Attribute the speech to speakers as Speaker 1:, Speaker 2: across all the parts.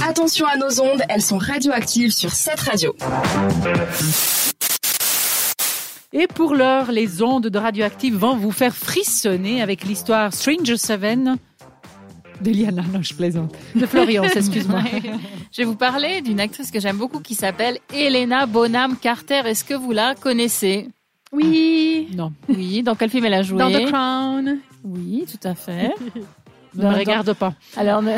Speaker 1: Attention à nos ondes, elles sont radioactives sur cette radio.
Speaker 2: Et pour l'heure, les ondes de radioactive vont vous faire frissonner avec l'histoire Stranger Seven de Liana, non, je plaisante. De Florian, excuse-moi.
Speaker 3: Je vais vous parler d'une actrice que j'aime beaucoup qui s'appelle Elena Bonham Carter. Est-ce que vous la connaissez
Speaker 4: Oui.
Speaker 2: Non,
Speaker 3: Oui, dans quel film elle a joué
Speaker 4: Dans The Crown.
Speaker 3: Oui, tout à fait.
Speaker 2: ne
Speaker 3: Dans-
Speaker 2: me regarde pas.
Speaker 3: Alors, ne-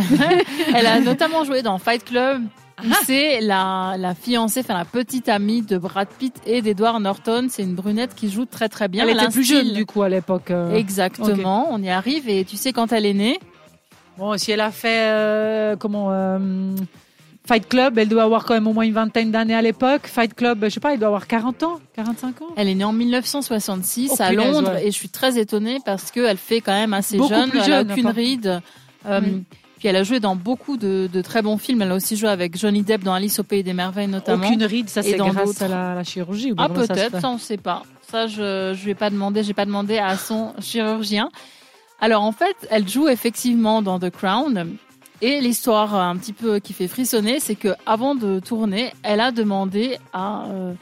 Speaker 3: elle a notamment joué dans Fight Club. où C'est la, la fiancée, enfin la petite amie de Brad Pitt et d'Edward Norton. C'est une brunette qui joue très très bien.
Speaker 2: Elle
Speaker 3: a
Speaker 2: était
Speaker 3: un
Speaker 2: plus
Speaker 3: style.
Speaker 2: jeune du coup à l'époque. euh.
Speaker 3: Exactement, on y arrive. Et tu sais quand elle est née
Speaker 2: Bon, si elle a fait euh, comment euh, Fight Club, elle doit avoir quand même au moins une vingtaine d'années à l'époque. Fight Club, je sais pas, elle doit avoir 40 ans, 45 ans.
Speaker 3: Elle est née en 1966
Speaker 2: Oh,
Speaker 3: à
Speaker 2: punaise,
Speaker 3: Londres
Speaker 2: ouais.
Speaker 3: et je suis très étonnée parce qu'elle fait quand même assez
Speaker 2: Beaucoup
Speaker 3: jeune,
Speaker 2: plus
Speaker 3: elle a
Speaker 2: jeune,
Speaker 3: aucune
Speaker 2: enfin.
Speaker 3: ride. Euh,
Speaker 2: Oui.
Speaker 3: Puis elle a joué dans beaucoup de, de très bons films. Elle a aussi joué avec Johnny Depp dans Alice au Pays des Merveilles notamment.
Speaker 2: Aucune ride, ça
Speaker 3: Et
Speaker 2: c'est
Speaker 3: dans
Speaker 2: grâce
Speaker 3: d'autres.
Speaker 2: à la, la chirurgie. ou
Speaker 3: Ah
Speaker 2: comment ça se
Speaker 3: peut-être,
Speaker 2: fait
Speaker 3: ça on sait pas. Ça je je vais pas demander, j'ai pas demandé à son chirurgien. Alors en fait, elle joue effectivement dans The Crown et l'histoire euh, un petit peu qui fait frissonner, c'est que avant de tourner, elle a demandé à euh,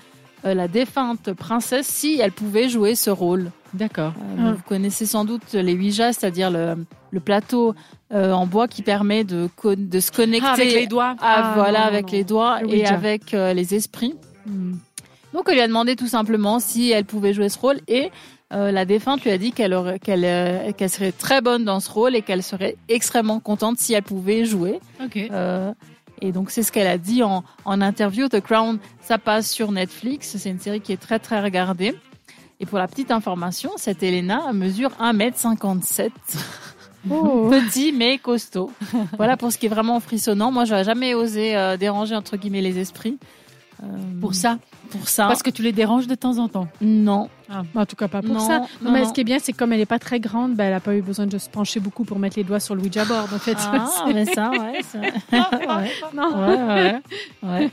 Speaker 3: euh, la défunte princesse si elle pouvait jouer ce rôle.
Speaker 2: D'accord.
Speaker 3: Euh, donc,
Speaker 4: Ah.
Speaker 3: Vous connaissez sans doute les Ouija, c'est-à-dire le, le plateau euh, en bois qui permet de, co- de se connecter
Speaker 2: doigts.
Speaker 4: Ah,
Speaker 3: ah, voilà,
Speaker 4: non,
Speaker 3: avec
Speaker 4: non. Hmm.
Speaker 3: les doigts
Speaker 2: Le
Speaker 3: et
Speaker 2: Ouija.
Speaker 3: avec euh, les esprits. Donc elle lui a demandé tout simplement si elle pouvait jouer ce rôle et euh, la défunte lui a dit qu'elle aurait- qu'elle euh, qu'elle serait très bonne dans ce rôle et qu'elle serait extrêmement contente si elle pouvait jouer.
Speaker 2: Ok.
Speaker 3: Euh, et donc c'est ce qu'elle a dit en, en interview. The Crown, ça passe sur Netflix. C'est une série qui est très très regardée. Et pour la petite information, cette Elena mesure 1m57. Oh. Petit mais costaud. Voilà pour ce qui est vraiment frissonnant. Moi, j'aurais jamais osé euh, déranger entre guillemets les esprits. Euh,
Speaker 2: Pour ça,
Speaker 3: pour ça.
Speaker 2: parce que tu les déranges de temps en temps.
Speaker 3: Non.
Speaker 2: Ah. Bah, En tout cas, pas pour
Speaker 3: non,
Speaker 2: ça.
Speaker 3: non,
Speaker 4: Non, mais
Speaker 3: non.
Speaker 4: ce qui est bien, c'est que comme elle n'est pas très grande,
Speaker 2: bah,
Speaker 4: ben, elle n'a pas eu besoin de se pencher beaucoup pour mettre les doigts sur le Ouija board, en fait.
Speaker 3: Ah, mais ça, ouais. ça- ouais.
Speaker 4: Non.
Speaker 3: Ouais, ouais, ouais.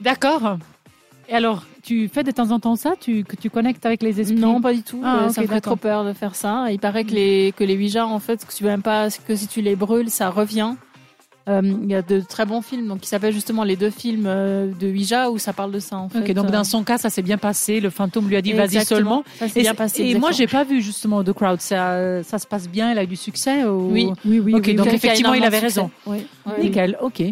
Speaker 2: D'accord. Et alors, tu fais de temps en temps ça, tu que tu connectes avec les esprits.
Speaker 3: Non, pas du tout.
Speaker 2: Ah,
Speaker 3: Euh,
Speaker 2: ok,
Speaker 3: ça me fait
Speaker 2: d'accord.
Speaker 3: trop peur de faire ça. Il paraît que les que les Ouija, en fait, que tu veux même pas que si tu les brûles, ça revient. Euh, Il y a de très bons films, donc qui s'appellent justement les deux films euh, de Ouija où ça parle de ça. En fait.
Speaker 2: Ok, donc
Speaker 3: Euh,
Speaker 2: dans son cas, ça s'est bien passé. Le fantôme lui a dit vas-y
Speaker 3: exactement.
Speaker 2: seulement.
Speaker 3: Ça s'est
Speaker 2: Et,
Speaker 3: bien passé.
Speaker 2: et moi,
Speaker 3: exactement.
Speaker 2: j'ai pas vu justement The Crowd. Ça, ça se passe bien. Elle a eu du succès. ou-
Speaker 3: Oui.
Speaker 4: Oui, oui.
Speaker 2: Ok,
Speaker 4: oui,
Speaker 2: donc
Speaker 4: oui.
Speaker 3: Quelqu'un a
Speaker 2: effectivement, il
Speaker 3: énormément
Speaker 2: avait
Speaker 3: de succès.
Speaker 2: raison.
Speaker 3: Oui. Oui, oui.
Speaker 2: Nickel. Ok.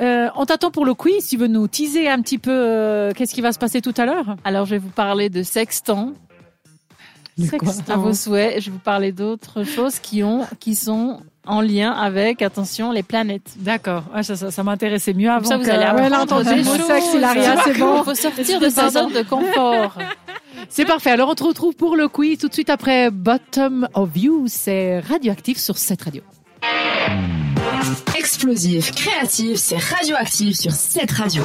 Speaker 2: Euh, on t'attend pour le quiz. Tu veux nous teaser un petit peu euh, qu'est-ce qui va se passer tout à l'heure
Speaker 3: Alors, je vais vous parler de sextant
Speaker 2: Ah,
Speaker 3: à vos souhaits. Je vais vous parler d'autres choses qui ont, qui sont en lien avec, attention, les planètes.
Speaker 2: D'accord. Ah, ça, ça, ça m'intéressait mieux avant.
Speaker 3: Comme ça, vous
Speaker 2: que-
Speaker 3: allez
Speaker 2: euh, Ouais, là, on
Speaker 3: apprendre
Speaker 2: entend
Speaker 3: des
Speaker 2: le mot
Speaker 3: choses.
Speaker 2: sexe, il a rien, c'est bon.
Speaker 3: Il faut sortir de sa zone de confort.
Speaker 2: C'est parfait. Alors, on te retrouve pour le quiz tout de suite après Bottom of You. C'est radioactif sur cette radio.
Speaker 1: Explosif, créatif, c'est radioactif sur cette radio.